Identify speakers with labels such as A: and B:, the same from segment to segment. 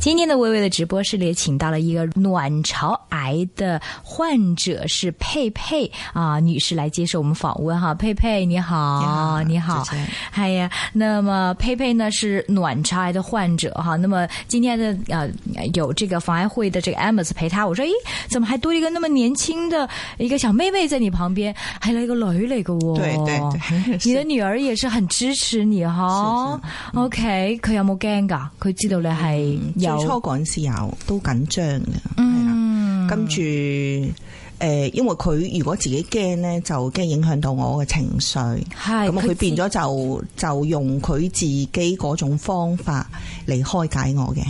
A: 今天的微微的直播室里，请到了一个卵巢癌的患者，是佩佩啊、女士来接受我们访问哈。佩佩，你好，
B: 啊哦
A: 你好
B: 主持人，
A: 哎呀，那么佩佩呢是卵巢癌的患者哈。那么今天的呃有这个防癌会的这个 Amos 陪她，我说诶，哎怎么还多一个那么年轻的一个小妹妹在你旁边，还来个女嚟嘅喎？
B: 对对对，
A: 你
B: 是嗯
A: 的女儿也是很支持你哈，OK，佢有冇驚噶？佢知道你係
B: 最
A: 有
B: 初嗰陣時有都緊張嘅，係啦，
A: 嗯，
B: 跟住誒，呃因為佢如果自己驚咧，就驚影響到我嘅情緒。
A: 係
B: 咁啊佢變
A: 知
B: 咗就就用佢自己嗰種方法嚟開解我嘅，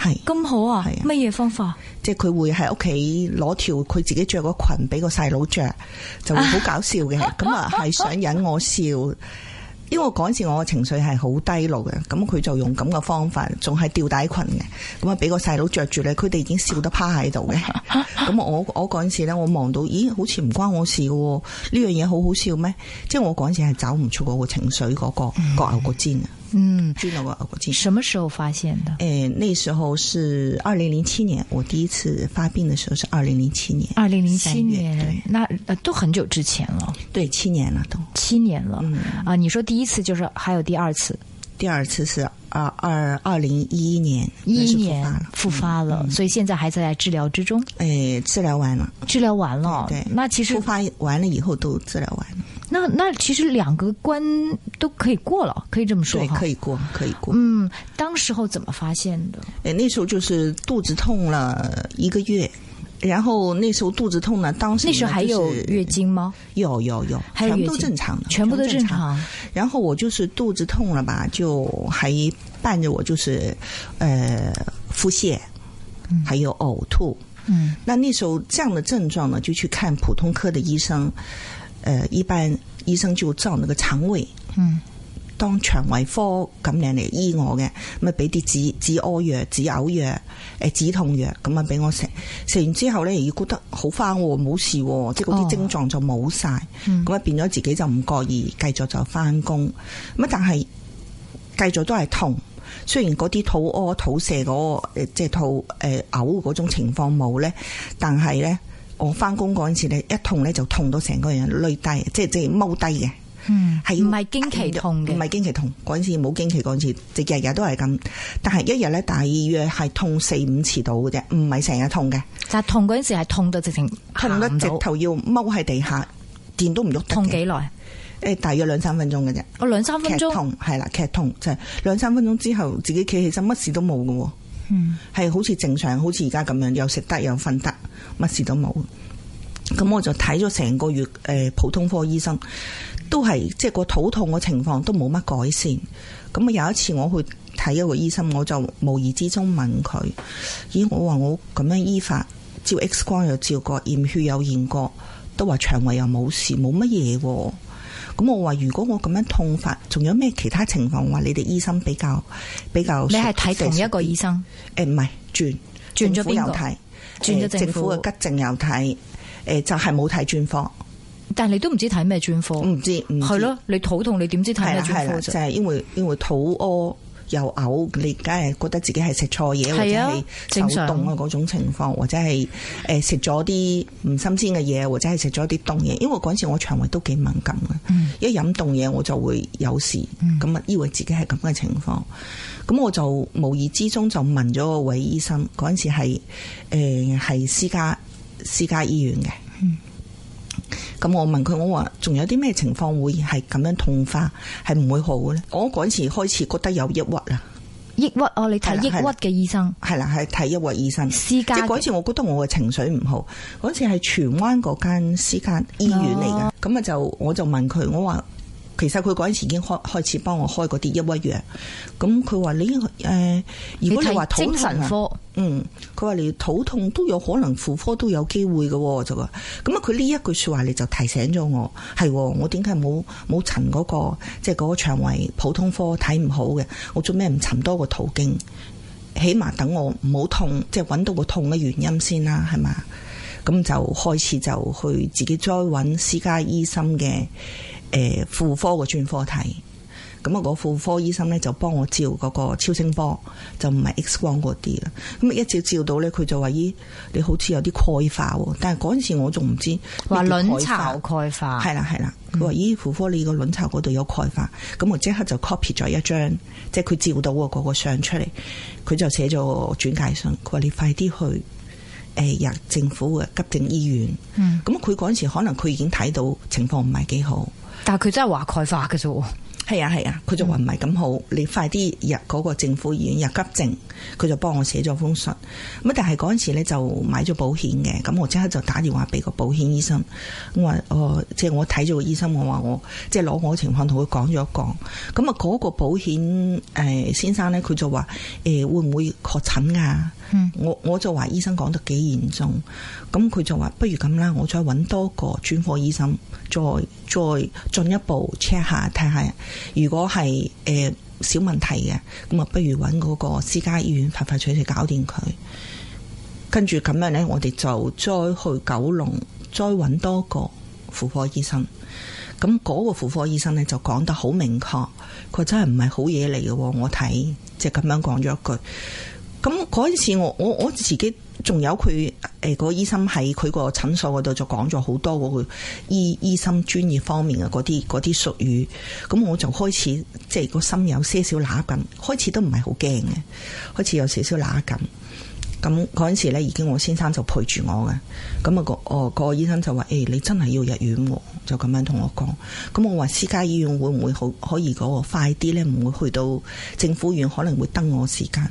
B: 係
A: 咁好啊
B: 係啊，
A: 乜嘢方法？
B: 即係佢會喺屋企攞條佢自己着個裙俾個細佬着，就會好搞笑嘅。咁啊係想引我笑，因為嗰陣時我嘅情緒係好低落嘅，咁佢就用咁嘅方法，仲係吊帶裙嘅，咁啊俾個細佬着住咧，佢哋已經笑得趴喺度嘅。咁我我嗰陣時咧，我望到，咦，好似唔關我事嘅喎，呢樣嘢好好笑咩？即係我嗰陣時係走唔出嗰個情緒嗰、個、個牛角尖啊，
A: 嗯，
B: 鑽牛角尖。
A: 什麼時候發現的？
B: 诶，呃那时候是二零零七年，我第一次发病的时候是二零零七年，
A: 二零零七
B: 三月
A: 年，那呃都很久之前了，
B: 对，七年了都。
A: 七年了
B: 嗯，
A: 啊！你說第一次就是还有第二次，
B: 第二次是二二二零一一年，
A: 一一
B: 那是复
A: 年
B: 发了
A: 复发了，所以現在还在治療之中，
B: 诶，治疗完了，
A: 治療完了
B: 对对，
A: 那其
B: 复
A: 實
B: 发完了以后都治疗完了，
A: 那那其實兩個關都可以過了，可以這麼說
B: 对，
A: 哈
B: 可。以过，可以过。
A: 嗯，当时候怎么发现的？
B: 诶，那时候就是肚子痛了一个月，然后那时候肚子痛呢，当时呢
A: 那时候还有
B: 就是
A: 月经吗？
B: 有有有，
A: 还有
B: 全部
A: 月
B: 都
A: 经
B: 正常的，
A: 全部都
B: 正
A: 正。常。
B: 然后我就是肚子痛了吧，就还伴着我就是呃腹泻，还有呕吐。
A: 嗯，
B: 那那时候这样的症状呢，就去看普通科的医生，呃，一般医生就照那个肠胃，
A: 嗯，
B: 當腸胃科咁樣嚟醫我嘅，咁啊俾啲止止屙藥、止嘔藥、誒止痛藥咁啊俾我食，食完之後咧又覺得好翻喎，冇事喎，即係嗰
A: 哦
B: 啲症狀就冇晒，咁啊、變咗自己就唔覺意繼續就翻工，咁啊但係繼續都係痛。雖然嗰啲肚屙、肚瀉嗰個誒即係肚誒嘔嗰種情況冇咧，但係咧我翻工嗰陣時咧，一痛咧就痛到成個人攣低，即係即係踎低嘅。
A: 嗯，
B: 係
A: 唔
B: 要
A: 係經期痛
B: 唔
A: 嘅，
B: 係經期痛，嗰陣時冇經期嗰陣時，就日日都係咁。但係一日咧，大約係痛四五次到嘅啫，唔係成日痛嘅，
A: 但係痛嗰陣時係痛到直情
B: 痛
A: 得
B: 得直頭要踎喺地下，電都唔喐得
A: 痛
B: 嘅。
A: 幾耐？
B: 誒，大約兩三分鐘嘅啫，
A: 我兩三分
B: 劇
A: 鐘。
B: 痛係啦，劇痛就係兩三分鐘之後，自己企起身乜事都冇嘅喎，
A: 嗯
B: 係好似正常，好似而家咁樣，又食得又瞓得，乜事都冇。咁我就睇咗成個月，誒、普通科醫生都係即係個肚痛嘅情況都冇乜改善。咁啊有一次我去睇一個醫生，我就無意之中問佢：咦，我話我咁樣醫法，照 X 光又照過，驗血又驗過，都話腸胃又冇事，冇乜嘢喎。咁我話如果我咁樣痛法，仲有咩其他情況？我話你哋醫生比較比較熟
A: 你
B: 悉，
A: 係睇同一個醫生，
B: 誒唔係轉
A: 轉咗
B: 政府
A: 邊
B: 有
A: 個
B: 睇，
A: 轉咗
B: 誒
A: 政
B: 政府
A: 府
B: 嘅急症有睇，誒就係冇睇專科，
A: 但係你都哦唔知睇咩專科。
B: 嗯唔知唔知
A: 係，咯，你肚痛你點知睇
B: 係
A: 咩
B: 啦係
A: 專科
B: 啦，就
A: 啫？
B: 係因為因為肚屙。又嘔，你梗係覺得自己係食錯嘢，或者
A: 係啊
B: 係受
A: 正常
B: 凍啊嗰種情況，或者係誒食咗啲唔新鮮嘅嘢，或者係食咗啲凍嘢。因為嗰陣時我腸胃都幾敏感嘅，一飲凍嘢我就會有事，咁啊、以為自己係咁嘅情況。咁我就無意之中就問咗個位醫生，嗰陣時係誒係私家私家醫院嘅。咁我問佢，我話仲有啲咩情況會係咁樣痛化，係唔會好嘅咧？我嗰陣時開始覺得有抑鬱啊啦，
A: 抑鬱哦，你
B: 係
A: 睇
B: 啦
A: 抑鬱嘅醫生，
B: 係啦，係睇抑鬱醫生。
A: 私
B: 即
A: 家
B: 係嗰次，我覺得我嘅情緒唔好。嗰次係荃灣嗰間私家醫院嚟
A: 哦
B: 嘅，咁啊就我就問佢，我話其實佢嗰陣時已經開開始幫我開嗰啲抑鬱藥。咁佢話你誒、呃如
A: 你
B: 果你話
A: 睇
B: 肚
A: 精
B: 痛
A: 神
B: 啊
A: 科，
B: 嗯，佢話你肚痛都有可能婦科都有機會嘅喎，就話咁啊！佢呢一句説話你就提醒咗我，係喎我點解冇冇尋嗰個即係嗰個腸胃普通科睇唔好嘅？我做咩唔尋多個途徑？起碼等我唔好痛，即係揾到個痛嘅原因先啦，係嘛？咁就開始就去呃自己再揾私家醫生嘅誒婦科嘅專科睇。咁啊嗰婦科醫生咧就幫我照嗰個超聲波，就唔係 X 光嗰啲啦。咁一照照到咧，佢就話：咦，你好似有啲鈣化喎！但係嗰陣時我仲唔知
A: 話
B: 咩叫
A: 卵
B: 鈣
A: 巢
B: 化
A: 鈣化，
B: 係啦係啦，佢話咦，婦科你個卵巢嗰度有鈣化，咁我即刻就 copy 咗一張，即係佢照到嗰個相出嚟，佢就寫咗個轉介信，佢話你快啲去誒入政府嘅急症醫院，
A: 嗯
B: 咁佢嗰陣時可能佢已經睇到情況唔係幾好，
A: 但係佢真係話鈣化嘅啫喎。
B: 係啊係啊，佢就話唔係咁好，你快啲入嗰個政府醫院入急症，佢就幫我寫咗封信。咁啊但係嗰陣時咧就買咗保險嘅，咁我即刻就打電話俾個保險醫生，我話哦，即係我睇咗個醫生，我話我即係攞我嘅情況同佢講咗一講。咁啊嗰個保險誒、呃先生咧，佢就話誒、呃、會唔會確診啊？
A: 嗯
B: 我我就話醫生講得幾嚴重，咁佢就話不如咁啦，我再揾多個專科醫生，再再進一步 check 下睇下，如果係誒、呃小問題嘅，咁啊不如揾嗰個私家醫院快快脆脆搞掂佢。跟住咁樣呢，我哋就再去九龍，再揾多個婦科醫生。咁嗰個婦科醫生呢，就講得好明確，佢話真係唔係好嘢嚟嘅喎，我睇即係咁樣講咗一句。咁嗰陣時我，我我自己仲有佢誒個醫生喺佢個診所嗰度就講咗好多嗰個醫醫生專業方面嘅嗰啲嗰啲術語，咁我就開始即係個心有些少乸緊，開始都唔係好驚嘅，開始有少少乸緊。咁嗰陣時咧，已經我先生就陪住我嘅，咁啊個哦個醫生就話：，誒、你真係要入院喎，就咁樣同我講。咁我話私家醫院會唔會好可以嗰個快啲咧？唔會去到政府院可能會登我時間。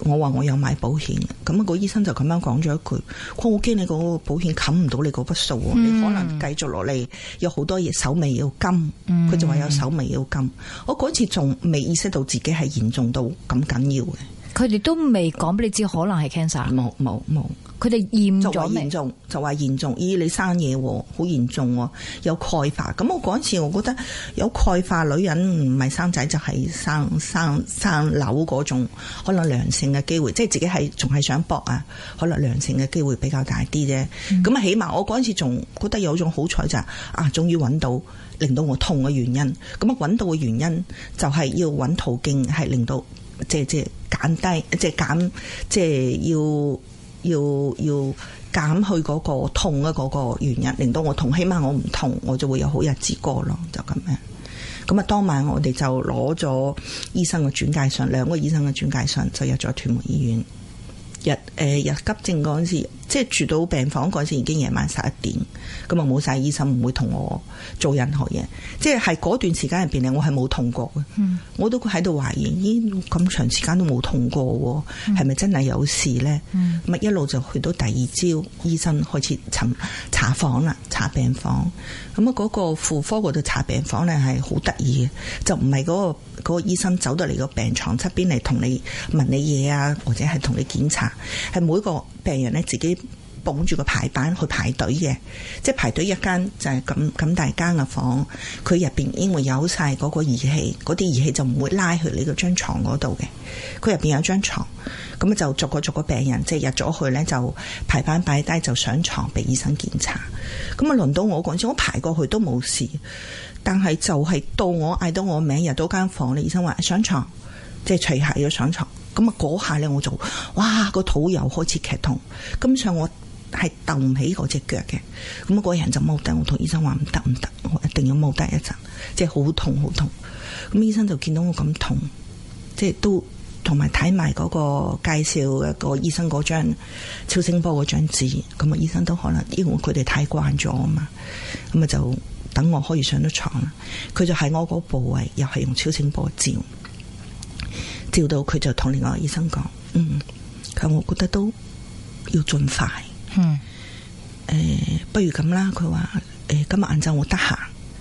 B: 我話我有買保險嘅，咁啊個醫生就咁樣講咗一句：，佢話我驚你個保險冚唔到你嗰筆數喎，你可能繼續落嚟有好多嘢手尾要金。佢就話有手尾要金。我嗰次仲未意識到自己係嚴重到咁緊要嘅，
A: 佢哋都未講俾你知，可能係 cancer。
B: 冇冇冇。
A: 佢哋驗
B: 就
A: 咗
B: 話
A: 未
B: 嚴？重，就話嚴重，咦你生嘢喎，好嚴重喎，有鈣化。咁我嗰陣時，我覺得有鈣化女人唔係生仔就係、生生生瘤嗰種，可能良性嘅機會，即係自己係仲係想搏啊，可能良性嘅機會比較大啲啫。
A: 嗯
B: 咁啊、起碼我嗰陣時仲覺得有種好彩就係、啊，終於揾到令到我痛嘅原因。咁啊揾到嘅原因就係要揾途徑係令到即係即係減低，即係減即係要。要要減去嗰個痛啊嘅嗰個原因，令到我痛，起碼我唔痛，我就會有好日子過咯，就咁樣。咁啊，當晚我哋就攞咗醫生嘅轉介信，兩個醫生嘅轉介信，就入咗屯門醫院。入誒、呃入急症嗰陣時，即係住到病房嗰陣時已經夜晚十一點，咁啊冇晒醫生唔會同我做任何嘢，即係嗰段時間入邊咧，我係冇痛過嘅，我都喺度懷疑，咦咁長時間都冇痛過喎，係咪真係有事呢？
A: 嗯
B: 咁啊一路就去到第二朝，醫生開始尋查房啦，查病房，咁啊嗰個婦科嗰度查病房呢係好得意嘅，就唔係嗰個。嗰個醫生走到嚟個病床側邊嚟同你問你嘢啊，或者係同你檢查，係每個病人咧自己綁住個排板去排隊嘅，即係排隊一間就係咁咁大間嘅房，佢入邊因為有晒嗰個儀器，嗰啲儀器就唔會拉去你嗰張床嗰度嘅，佢入邊有張床，咁就逐個逐個病人即係入咗去咧就排板擺低就上床俾醫生檢查，咁啊輪到我嗰陣時，我排過去都冇事。但係就係到我嗌到我名入到間房咧，醫生話上床，即係除鞋要上床。咁啊嗰下咧我就哇個肚又開始劇痛，咁啊上我係鬥唔起嗰隻腳嘅，咁啊嗰人就踎低，我同醫生話唔得唔得，我一定要踎低一陣，即係好痛好痛。咁醫生就見到我咁痛，即係都同埋睇埋嗰個介紹嘅個醫生嗰張超聲波嗰張紙，咁啊醫生都可能因為佢哋睇慣咗啊嘛，咁啊就等我可以上得床啦。佢就喺我嗰部位，又係用超聲波照，照到佢就同另外一個醫生講，嗯，佢話我覺得都要盡快，
A: 嗯
B: 誒、不如咁啦，佢話誒今日晏晝我得閒，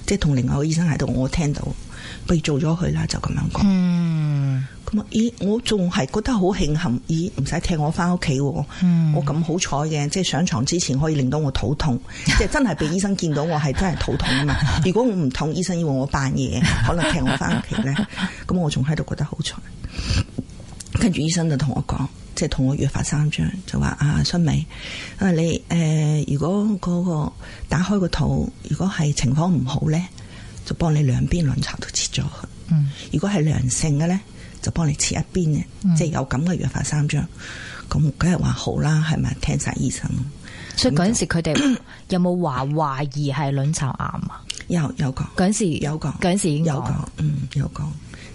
B: 即係同另外一個醫生喺度，我聽到，不如做咗佢啦，就咁樣講。
A: 嗯
B: 咁啊，咦，我仲係覺得好慶幸，咦，唔使踢我翻屋企喎，
A: 嗯
B: 我咁好彩嘅，即係上床之前可以令到我肚痛，即係真係俾醫生見到我係真係肚痛啊嘛。如果我唔痛，醫生以為我扮嘢，可能踢我翻屋企咧，咁我仲喺度覺得好彩。跟住醫生就同我講，即係同我約法三章，就話啊，新美啊，你誒、呃如果嗰、個打開個肚，如果係情況唔好咧，就幫你兩邊卵巢都切咗佢。
A: 嗯
B: 如果係良性嘅呢，就幫你切一邊嘅，即係有咁嘅藥法三章。咁梗係話好啦，係咪聽晒醫生？
A: 所以嗰陣時佢哋 有冇話懷疑係卵巢癌啊？
B: 有有講
A: 嗰陣時
B: 有講
A: 嗰陣時已經
B: 有
A: 講
B: 講，嗯有講，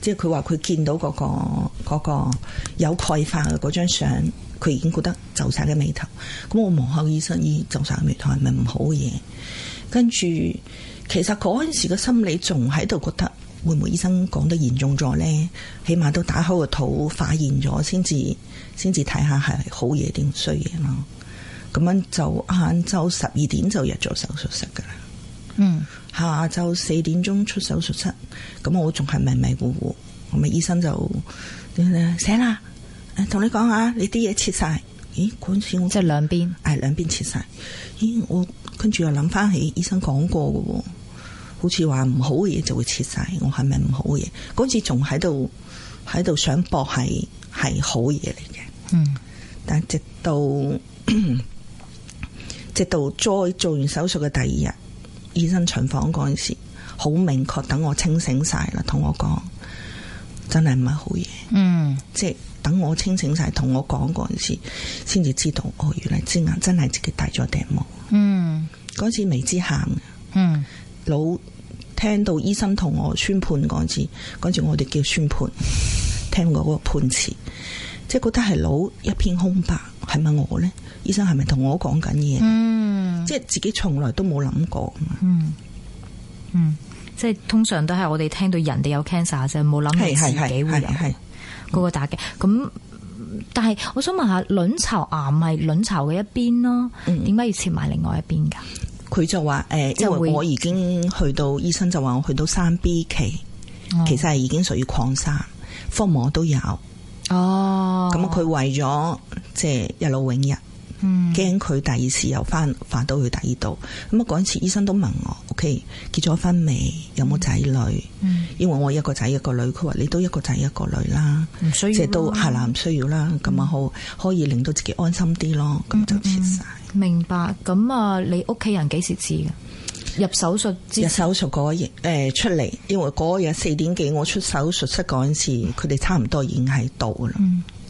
B: 即係佢話佢見到嗰、個嗰、個有鈣化嘅嗰張相，佢已經覺得皺晒嘅眉頭。咁我望下個醫生，咦，皺晒嘅眉頭係咪唔好嘅嘢？跟住其實嗰陣時嘅心理仲喺度覺得。會唔會醫生講得嚴重咗呢？起碼都打開個肚化驗咗先至，先至睇下係好嘢定衰嘢咯。咁樣就晏晝十二點就入咗手術室噶啦。
A: 嗯，
B: 下晝四點鐘出手術室，咁我仲係迷迷糊糊，咁咪醫生就點咧醒啦，誒同你講下，你啲嘢切晒，咦嗰陣時我
A: 即係兩邊
B: 係兩邊切晒，咦我跟住又諗翻起醫生講過嘅喎，好似話唔好嘅嘢就會切晒，我係咪唔好嘅嘢？嗰陣時仲喺度喺度想搏係係好嘢嚟嘅。
A: 嗯。
B: 但直到直到再做完手術嘅第二日，醫生巡房嗰陣時，好明確等我清醒晒啦，同我講真係唔係好嘢，
A: 嗯，
B: 即係等我清醒晒同我講嗰陣時，先至知道哦，原來支眼真係自己戴咗頂帽。
A: 嗯，
B: 嗰次未知喊嘅，
A: 嗯，
B: 老聽到醫生同我宣判嗰陣時，嗰陣時我哋叫宣判，聽我嗰個判詞，即係覺得係腦一片空白，係咪我呢？醫生係咪同我講緊嘢？
A: 嗯，
B: 即係自己從來都冇諗過啊嘛，
A: 即係通常都係我哋聽到人哋有 cancer 啫，冇諗到
B: 係
A: 自
B: 係
A: 己
B: 係
A: 會
B: 係
A: 有
B: 係
A: 嗰個打擊。咁但係我想問下，卵巢癌咪卵巢嘅一邊咯，
B: 嗯
A: 點解要切埋另外一邊㗎？
B: 佢就話誒，
A: 即係
B: 因
A: 會
B: 為我已經去到醫生就話我去到三 B 期，嗯其實係已經屬於擴散，腹膜都有，咁
A: 哦，
B: 佢、為咗即係一勞永逸。
A: 嗯
B: 驚佢第二次又翻翻到去第二度，咁啊嗰陣時醫生都問我：，OK，結咗婚未？有冇仔女？
A: 嗯
B: 因為我一個仔一個女，佢話你都一個仔一個女啦，
A: 唔需要
B: 即係都
A: 啦嗯
B: 係啦，唔需要啦，咁啊好可以令到自己安心啲咯，咁就切晒。
A: 明白。咁啊，你屋企人幾時知㗎？入手術之前
B: 入手術嗰日誒出嚟，因為嗰日四點幾我出手術室嗰陣時，佢哋差唔多已經喺度噶啦，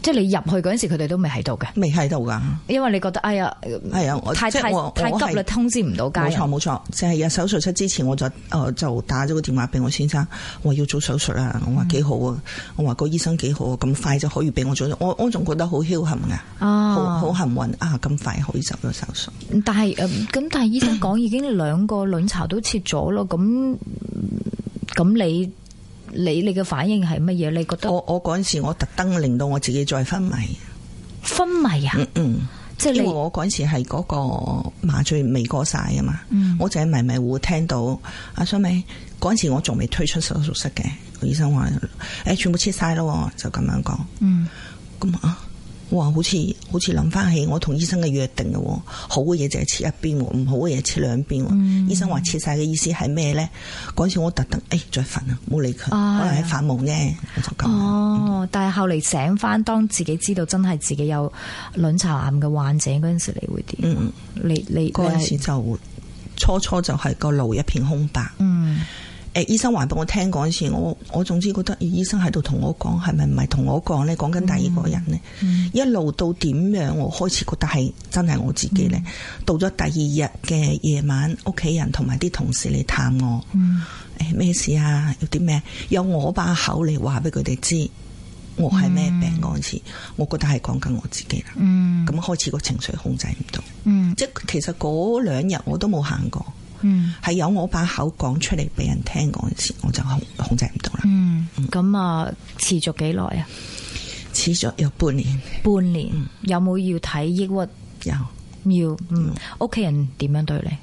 A: 即係你入去嗰陣時，佢哋都未喺度嘅，
B: 未喺度噶，
A: 因為你覺得哎呀，
B: 係啊，我
A: 太
B: 即
A: 太
B: 係我
A: 太
B: 我
A: 急
B: 係
A: 啦，通知唔到啊家
B: 冇
A: 人
B: 錯。冇錯，就係、入手術室之前我就誒、呃就打咗個電話俾我先生，我話要做手術啦，我
A: 嗯
B: 話幾好啊，我話個醫生幾好啊，咁快就可以俾我做咗，我我仲覺得好僥倖噶，
A: 啊
B: 好好幸運啊，咁快可以做咗手術。
A: 但係誒，咁、但係醫生講已經兩個卵巢都切咗咯，咁嗯咁你你你嘅反應係乜嘢？你覺得
B: 我我嗰陣時我特登令到我自己再昏迷，
A: 昏迷啊？
B: 嗯嗯，
A: 即係
B: 因為
A: 你
B: 我嗰陣時係嗰個麻醉未過晒啊嘛，
A: 嗯
B: 我就係迷迷糊聽到阿雙美嗰陣時我仲未推出手術室嘅，個醫生話誒、全部切晒咯喎，就咁樣講。
A: 嗯
B: 咁啊，哇！好似好似諗翻起我同醫生嘅約定嘅喎，好嘅嘢就係切一邊喎，唔好嘅嘢切兩邊喎。
A: 嗯
B: 醫生話切晒嘅意思係咩咧？嗰陣時我特登誒再瞓啊，冇理佢，
A: 啊
B: 可能係發夢啫，我就咁。
A: 哦，但係後嚟醒翻，當自己知道真係自己有卵巢癌嘅患者嗰陣時，你會點？
B: 嗯嗯，
A: 你你
B: 嗰
A: 你
B: 陣
A: 係
B: 時就初初就係個腦一片空白。
A: 嗯
B: 誒醫生話俾我聽嗰陣時，我我總之覺得咦醫生喺度同我講，係咪唔係同我講呢？講緊第二個人呢？
A: 嗯
B: 一路到點樣，我開始覺得係真係我自己
A: 嗯
B: 呢。到咗第二日嘅夜晚，屋企人同埋啲同事嚟探我，
A: 嗯
B: 誒咩、事啊？有啲咩？有我把口嚟話俾佢哋知，我係咩病嗰陣時，我覺得係講緊我自己啦。
A: 嗯
B: 咁開始個情緒控制唔到，
A: 嗯
B: 即係其實嗰兩日我都冇行過。
A: 嗯
B: 係有我把口講出嚟俾人聽嗰陣時，我就控控制唔到啦。
A: 嗯，咁啊，持續幾耐啊？
B: 持咗有半年，
A: 半年
B: 嗯
A: 有冇要睇抑鬱？
B: 有
A: 要嗯，屋企人點樣對你？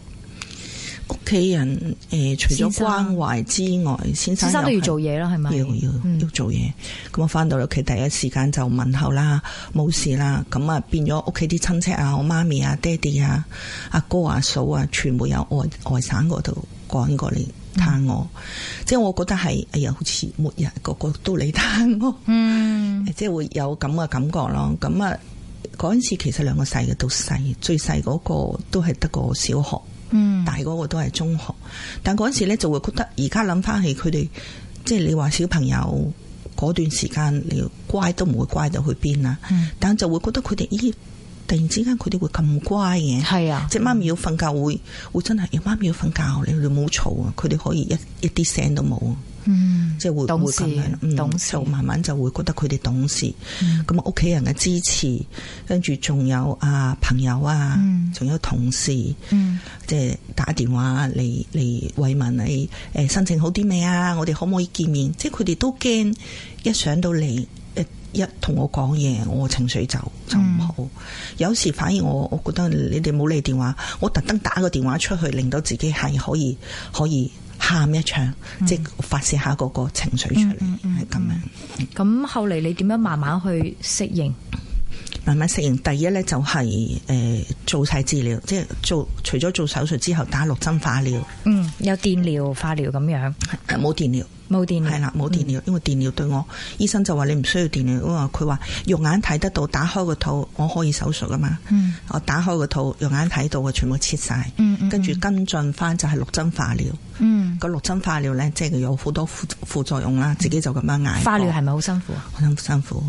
B: 屋企人誒、呃除咗
A: 先生
B: 關懷之外，先生
A: 先生都
B: 又
A: 要
B: 係
A: 做嘢啦，係咪？
B: 要要
A: 嗯
B: 要做嘢。咁我翻到屋企第一時間就問候啦，冇事啦。咁啊變咗屋企啲親戚啊，我媽咪啊、爹哋啊、阿哥啊、嫂啊，全部由外外省嗰度趕過嚟探我。
A: 嗯
B: 即係我覺得係哎呀，好似末日個個都嚟探我。
A: 嗯
B: 即係會有咁嘅感覺咯。咁啊，嗰陣時其實兩個細嘅都細，最細嗰個都係得個小學，
A: 嗯
B: 大嗰個都係中學。但嗰陣時咧就會覺得，而家諗翻起佢哋即係你話小朋友嗰段時間，你乖都唔會乖到去邊啦。
A: 嗯
B: 但就會覺得佢哋咦，突然之間佢哋會咁乖嘅。
A: 係啊，
B: 即係媽咪要瞓覺會會真係，要媽咪要瞓覺，你你冇嘈啊！佢哋可以一一啲聲都冇啊，
A: 嗯，
B: 即係會
A: 懂
B: 會
A: 事
B: 咁樣，嗯
A: 懂事嗯
B: 就慢慢就會覺得佢哋懂事。咁啊屋企人嘅支持，跟住仲有啊朋友啊
A: 嗯，
B: 仲有同事，
A: 嗯
B: 即係打電話嚟嚟慰問你，誒申請好啲未啊？我哋可唔可以見面？即係佢哋都驚一上到嚟，誒一同我講嘢，我情緒就就唔好。有時反而我我覺得你哋冇理電話，我特登打個電話出去，令到自己係可以可以喊一場，即係發泄下嗰個情緒出嚟，係咁、樣。
A: 咁後嚟你點樣慢慢去適應？
B: 慢慢適應。第一咧就係、誒、做晒治療，即係做除咗做手術之後打六針化療，
A: 嗯，有電療、化療咁樣，
B: 誒冇電療。
A: 冇電療
B: 係啦，冇電
A: 嗯
B: 療，因為電療對我醫生就話你唔需要電療，因為佢話肉眼睇得到，打開個肚我可以手術噶嘛。
A: 嗯
B: 我打開個肚，肉眼睇到嘅全部切晒，
A: 嗯嗯
B: 跟住跟進翻就係六針化療。
A: 嗯，
B: 個六針化療呢，即係有好多副副作用啦，自己就咁樣捱過。
A: 化療係嗯咪好辛苦啊？
B: 好辛辛苦，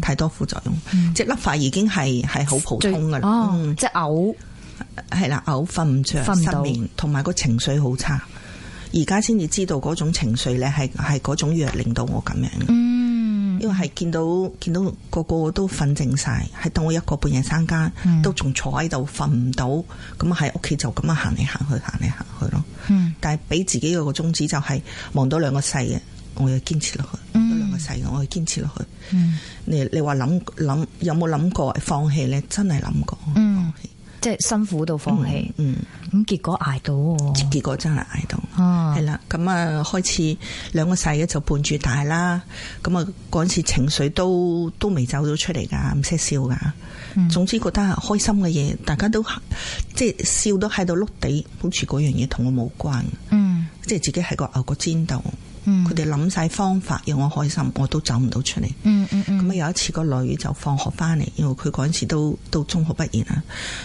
B: 太多副作用，即係粒化已經係係好普通噶啦。
A: 嗯哦
B: 嗯，
A: 即係嘔，
B: 係啦，嘔瞓唔着，
A: 瞓唔
B: 失
A: 到
B: 眠，同埋個情緒好差。而家先至知道嗰種情緒呢，係係嗰種藥令到我咁樣。
A: 嗯
B: 因為係見到見到個個都瞓靜晒，係等我一個半夜三更、
A: 嗯
B: 都仲坐喺度瞓唔到，咁啊喺屋企就咁樣行嚟行去，行嚟行去咯。
A: 嗯
B: 但係俾自己嗰個宗旨就係望到兩個細嘅，我要堅持落去；望到兩個細嘅，我要堅持落去。
A: 嗯
B: 你你話諗諗有冇諗過放棄呢？真係諗過，
A: 嗯，即係辛苦到放
B: 放
A: 棄
B: 棄，，嗯，
A: 咁結果捱到喎，
B: 結果真係捱到。
A: 啊
B: 係，啦，咁啊開始兩個細嘅就伴住大啦，咁啊嗰陣時情緒都都未走到出嚟㗎，唔識笑㗎。總之覺得開心嘅嘢，大家都即係笑到喺度碌地，好似嗰樣嘢同我冇關，
A: 嗯
B: 即係自己喺個牛角尖度。
A: 嗯
B: 佢哋諗晒方法要我開心，我都走唔到出嚟。
A: 嗯嗯
B: 咁
A: 嗯
B: 啊有一次個女就放學翻嚟，因為佢嗰陣時都都中學畢業啦。啊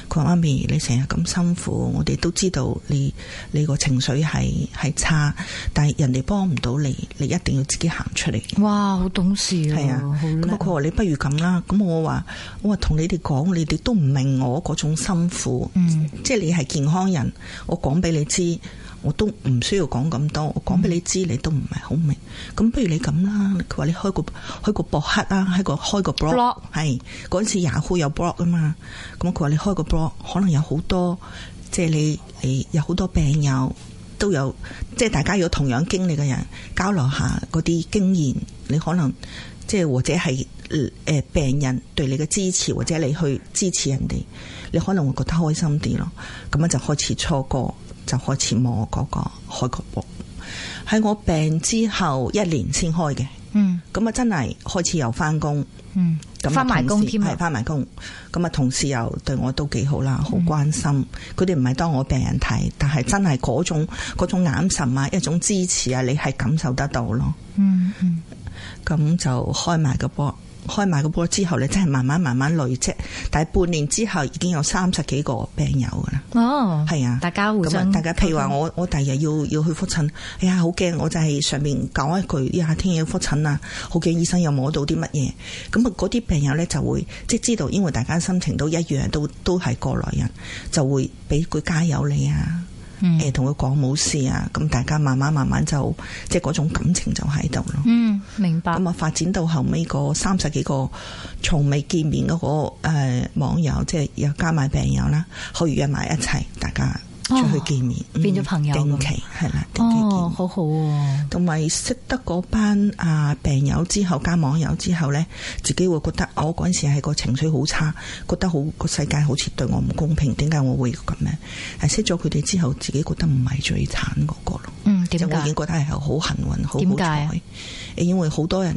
B: 佢話：媽咪，你成日咁辛苦，我哋都知道你你個情緒係係差，但係人哋幫唔到你，你一定要自己行出嚟。
A: 哇，好懂事啊，
B: 係啊，
A: 好
B: 咁啊
A: 叻
B: 佢話你不如咁啦，咁我話我話同你哋講，你哋都唔明我嗰種辛苦，
A: 嗯
B: 即係你係健康人，我講俾你知，我都唔需要講咁多，我講俾你知，你都唔係好明，咁不如你咁啦，佢話你開個開個博客啦，開個開個 blog，
A: Blog
B: 係嗰陣時 Yahoo 有 blog 啊嘛，咁佢話你開個 blog，可能有好多即係你你有好多病友。都有，即係大家有同樣經歷嘅人交流下嗰啲經驗，你可能即係或者係誒病人對你嘅支持，或者你去支持人哋，你可能會覺得開心啲咯。咁樣就開始初哥，就開始摸嗰、個開個波。喺我病之後一年先開嘅，
A: 嗯
B: 咁啊真係開始又翻工。
A: 嗯，
B: 咁啊
A: 翻埋工添
B: 同事
A: 啊，
B: 係
A: 嗯
B: 翻埋工，咁啊同事又對我都幾好啦，好關心。佢哋唔係當我病人睇，但係真係嗰種嗰種眼神啊，一種支持啊，你係感受得到咯。
A: 嗯嗯
B: 咁就開埋個波，開埋個波之後你真係慢慢慢慢累積。但係半年之後已經有三十幾個病友噶啦，
A: 哦，
B: 係啊。
A: 大家互
B: 咁啊
A: 相，
B: 大家譬如話我我第日要要去覆診，哎呀好驚，我就係上面講一句，呀聽日要覆診啊，好驚醫生又摸到啲乜嘢，咁啊嗰啲病友咧就會即係知道，因為大家心情都一樣，都都係過來人，就會俾佢加油你啊，
A: 嗯
B: 誒同佢講冇事啊，咁大家慢慢慢慢就即係嗰種感情就喺度咯。
A: 嗯明白，
B: 咁啊，發展到後尾嗰三十幾個從未見面嗰、個誒、呃、網友，即係又加埋病友啦，可以約埋一齊，大家出去見面，
A: 哦
B: 嗯
A: 變咗朋友咁
B: 定期係啦，定期見面
A: 哦，好好喎，
B: 同埋識得嗰班啊病友之後加網友之後呢，自己會覺得我嗰陣時係個情緒好差，覺得好個世界好似對我唔公平，點解我會咁樣？係識咗佢哋之後，自己覺得唔係最慘嗰個咯。
A: 嗯
B: 即
A: 點
B: 係我已
A: 解
B: 經？覺得係好幸運，好
A: 點
B: 好
A: 解啊
B: 彩。誒因為好多人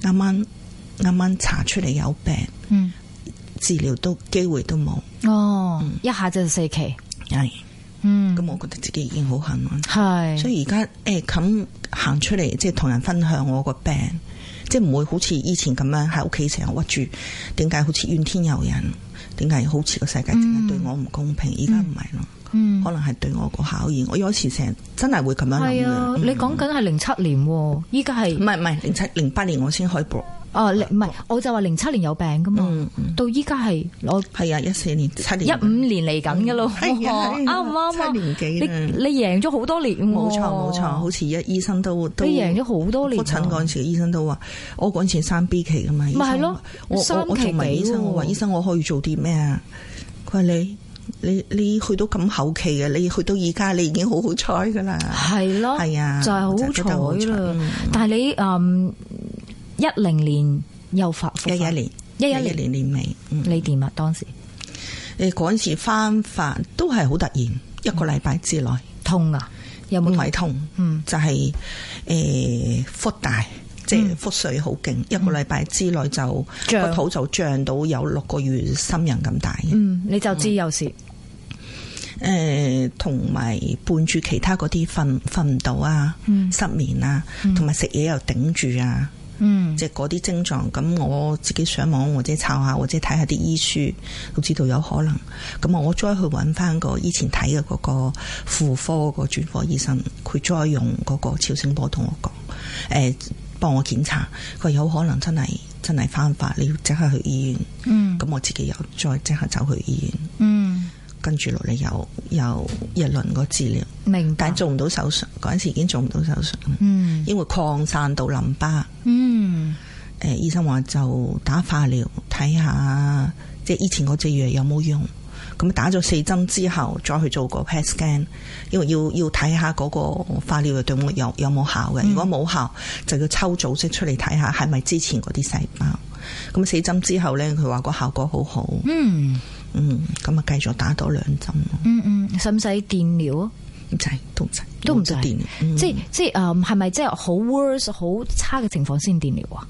B: 啱啱啱啱查出嚟有病，
A: 嗯
B: 治療都機會都冇，
A: 哦，一下就四期，
B: 係
A: 嗯
B: 咁，我覺得自己已經好幸運。
A: 係，
B: 所以而家誒咁行出嚟，即係同人分享我個病，即係唔會好似以前咁樣喺屋企成日屈住，點解好似怨天尤人？點解好似個世界淨係對我唔公平？而家唔係咯，
A: 嗯
B: 可能係對我個考驗。我有時成日真係會咁樣諗
A: 係
B: 嘅。
A: 啊，
B: 嗯
A: 你講緊係零七年喎，依家
B: 唔
A: 係
B: 係唔係零七零八年我先開播，
A: 哦，零唔係，我就話零七年有病噶嘛，
B: 嗯，嗯
A: 到依家係我
B: 係啊，一四年七
A: 一
B: 年
A: 五年嚟緊噶咯，啱唔
B: 係啊係啊
A: 啱
B: 七
A: 啊？
B: 年
A: 你
B: 幾啦
A: 你贏咗好多年喎，
B: 冇錯冇錯，好似一醫生都都
A: 你贏咗好多年
B: 覆
A: 啊，
B: 診嗰陣時，醫生都話：我嗰陣時三 B 期噶嘛，醫生
A: 咪係咯
B: 我我我
A: 三期
B: 仲問
A: 幾
B: 醫生，我話
A: 喎
B: 醫生我可以做啲咩啊？佢話你你你去到咁後期嘅，你去到而家你已經好好彩噶啦，
A: 係咯，
B: 係啊，
A: 就
B: 我覺得
A: 係
B: 好
A: 好彩啦
B: 嗯。
A: 但係你嗯一零年又發啊
B: 一一年，
A: 一一
B: 一
A: 年
B: 年年尾，嗯
A: 你點啊？當時
B: 誒嗰陣時翻飯都係好突然，一個禮拜之內，
A: 痛啊？嗯有
B: 唔
A: 冇痛？
B: 係痛。
A: 嗯
B: 就係、誒、腹大，即係腹水好勁，一個禮拜之內就
A: 嗯脹
B: 個肚就脹到有六個月心人咁大嘅。
A: 嗯，你就知有時
B: 誒呃同埋伴住其他嗰啲瞓瞓唔到啊，
A: 嗯
B: 失眠啊，同埋食嘢又頂住啊，
A: 嗯
B: 即係嗰啲症狀。咁我自己上網或者抄下，或者睇下啲醫書，都知道有可能。咁我再去揾翻個以前睇嘅嗰個婦科個專科醫生，佢再用嗰個超聲波同我講，誒、幫我檢查，佢話有可能真係真係翻發，你要即刻去醫院。
A: 嗯
B: 咁我自己又再即刻走去醫院。
A: 嗯，
B: 跟住落嚟有有一輪個治療，
A: 明
B: 但
A: 白
B: 係。做唔到手術，嗰陣時已經做唔到手術，
A: 嗯
B: 因為擴散到淋巴。
A: 嗯
B: 誒、醫呃生話就打化療，睇下即係以前嗰隻藥有冇用。咁打咗四針之後，再去做個 PET scan，因為要要睇下嗰個化療藥對我有有冇效
A: 嗯
B: 嘅。如果冇效，就要抽組織出嚟睇下係咪之前嗰啲細胞。咁四針之後呢，佢話個效果好好，
A: 嗯
B: 嗯，咁啊繼續打多兩針咯，
A: 嗯嗯，使唔使電療啊？
B: 唔制都唔制，
A: 都唔
B: 冇得
A: 制
B: 電療嗯
A: 即即誒係咪即係好 worse 好差嘅情況先電療啊？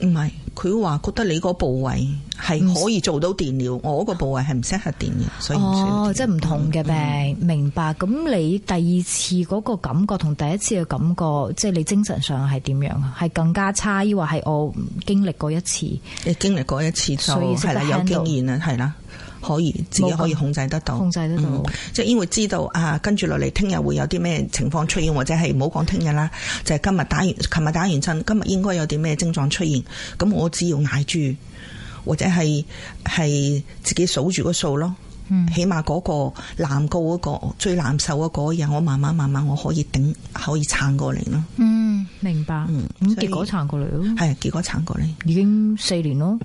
B: 唔係，佢話覺得你個部位係可以做到電療，我個部位係唔適合電療，所以唔需要
A: 哦，
B: 電
A: 即係唔同嘅
B: 嗯
A: 病，明白。咁你第二次嗰個感覺同第一次嘅感覺，即係你精神上係點樣啊？係更加差，抑或係我經歷過一次
B: 你經歷過一次就
A: 所以識得
B: 係啦，有
A: handle
B: 經驗啊啦，係啦，可以自己可以控制得到，
A: 控制得到
B: 嗯？即係因為知道啊，跟住落嚟聽日會有啲咩情況出現，或者係唔好講聽日啦，就係、今日打完，琴日打完針，今日應該有啲咩症狀出現，咁我只要捱住，或者係係自己數住個數咯。
A: 嗯
B: 起碼嗰個難過嗰、個最難受嗰嗰日，我慢慢慢慢我可以頂，可以撐過嚟咯。
A: 嗯，明白。
B: 嗯
A: 咁
B: 所以
A: 結果撐過嚟咯，
B: 係結果撐過嚟，
A: 已經四年咯，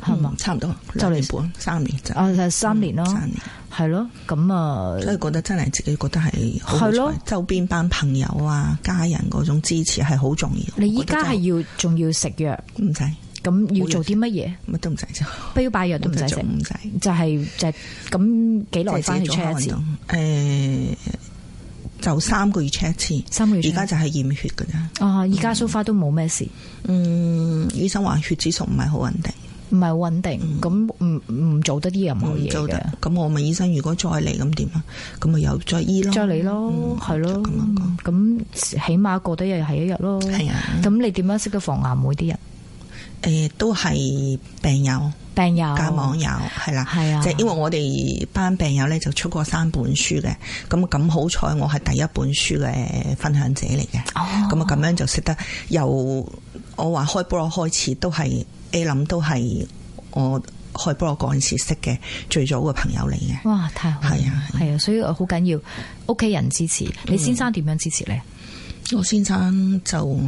A: 係嘛
B: 嗯？差唔多
A: 就嚟
B: 兩年半三年就
A: 啊，就係三年咯，
B: 三年。
A: 係咯。咁啊，
B: 所以覺得真係自己覺得係好
A: 係
B: 好
A: 咯
B: 彩，周邊班朋友啊、家人嗰種支持係好重要。
A: 你依家
B: 我覺
A: 係要仲要食藥，
B: 得真係唔
A: 咁要做啲乜嘢？
B: 使乜都唔使做，
A: 標靶藥都唔
B: 冇
A: 使
B: 得
A: 食
B: 做，唔使。
A: 就係就係咁幾耐翻去
B: 即係
A: check
B: 自
A: 一次
B: 己做，下運動誒，就三個月 check 一次。
A: 三個月 check
B: 而家就係驗血㗎咋。
A: 啊，而家 so far 都冇咩事。
B: 嗯，醫生話血指數唔係好穩定，
A: 唔係穩定，咁唔唔做得啲任何
B: 嗯唔
A: 嘢
B: 做得
A: 嘅，。
B: 咁我問醫生，如果再嚟咁點啊？咁咪又再醫咯。
A: 再嚟咯，係咯
B: 嗯就咁樣講，
A: 咁起碼過得一日係一日咯。
B: 係啊，
A: 咁你點樣識得防癌會啲人？
B: 誒都係病友。
A: 病友
B: 加網友係啦，
A: 係啊
B: 即係因為我哋班病友咧就出過三本書嘅，咁咁好彩我係第一本書嘅分享者嚟嘅，
A: 哦
B: 咁啊咁樣就識得由我話開波開始都係 A 諗都係我開波嗰陣時識嘅最早嘅朋友嚟嘅。
A: 哇，太好啦
B: 係啊嗯
A: 係啊，所以好緊要屋企人支持。你先生點樣支持你？
B: 我先生就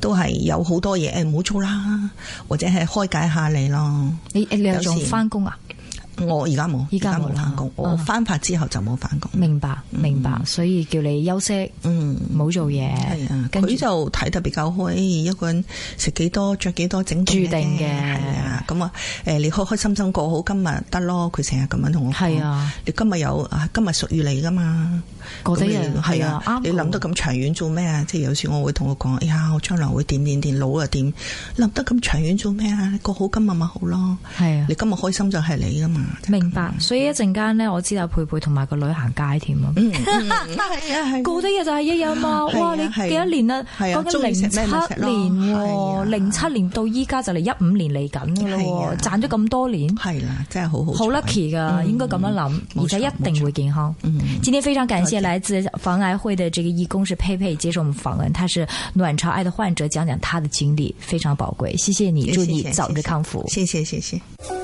B: 都係有好多嘢誒唔好做啦，或者係開解下你咯。
A: 你你又
B: 有時
A: 仲翻工啊？
B: 我而家冇，
A: 而家冇啦
B: 翻工，我
A: 嗯
B: 翻法之後就冇翻工。
A: 明白明白，所以叫你休息，
B: 嗯。
A: 唔好做嘢
B: 係啊，，
A: 跟住
B: 佢就睇得比較開，一個人食幾多、着幾多、整到咩
A: 注定嘅
B: 係啊，咁啊，誒，你開開心心過好今日得咯。佢成日咁樣同我講
A: 係啊，
B: 你今日有啊，今日屬於你噶嘛？
A: 過得一日
B: 咁你
A: 係啊，啱
B: 你諗得
A: 嘅
B: 咁長遠做咩啊？即係有時我會同佢講，哎呀，我將來會點點點，老啊點，諗得咁長遠做咩啊？你過好今日咪好咯，
A: 係啊
B: 你。今日開心就係你噶嘛。
A: 明白，所以一陣間咧，我知道佩佩同埋個女行街添啊。
B: 嗯，嗯 係啊，係啊
A: 過得日就係一日嘛，
B: 係啊
A: 哇！你
B: 係啊
A: 幾多年啦？
B: 係啊
A: 講緊
B: 中
A: 零
B: 意食
A: 七
B: 咩咪食咯
A: 年喎，
B: 係啊
A: 零七年到依家就嚟一五年嚟緊噶
B: 係
A: 喎，
B: 啊
A: 賺咗咁多年，
B: 係啦，真係好好彩。
A: 好 lucky 噶，應該咁樣諗，
B: 冇錯
A: 而且一定會健康。
B: 嗯，
A: 今天非常感谢来自防癌会的这个义工是佩佩接受我们访问，她是卵巢癌的患者，讲讲她的经历，非常宝贵。谢谢你，
B: 谢谢
A: 祝你
B: 谢谢
A: 早日
B: 谢谢
A: 康复。
B: 謝謝謝謝。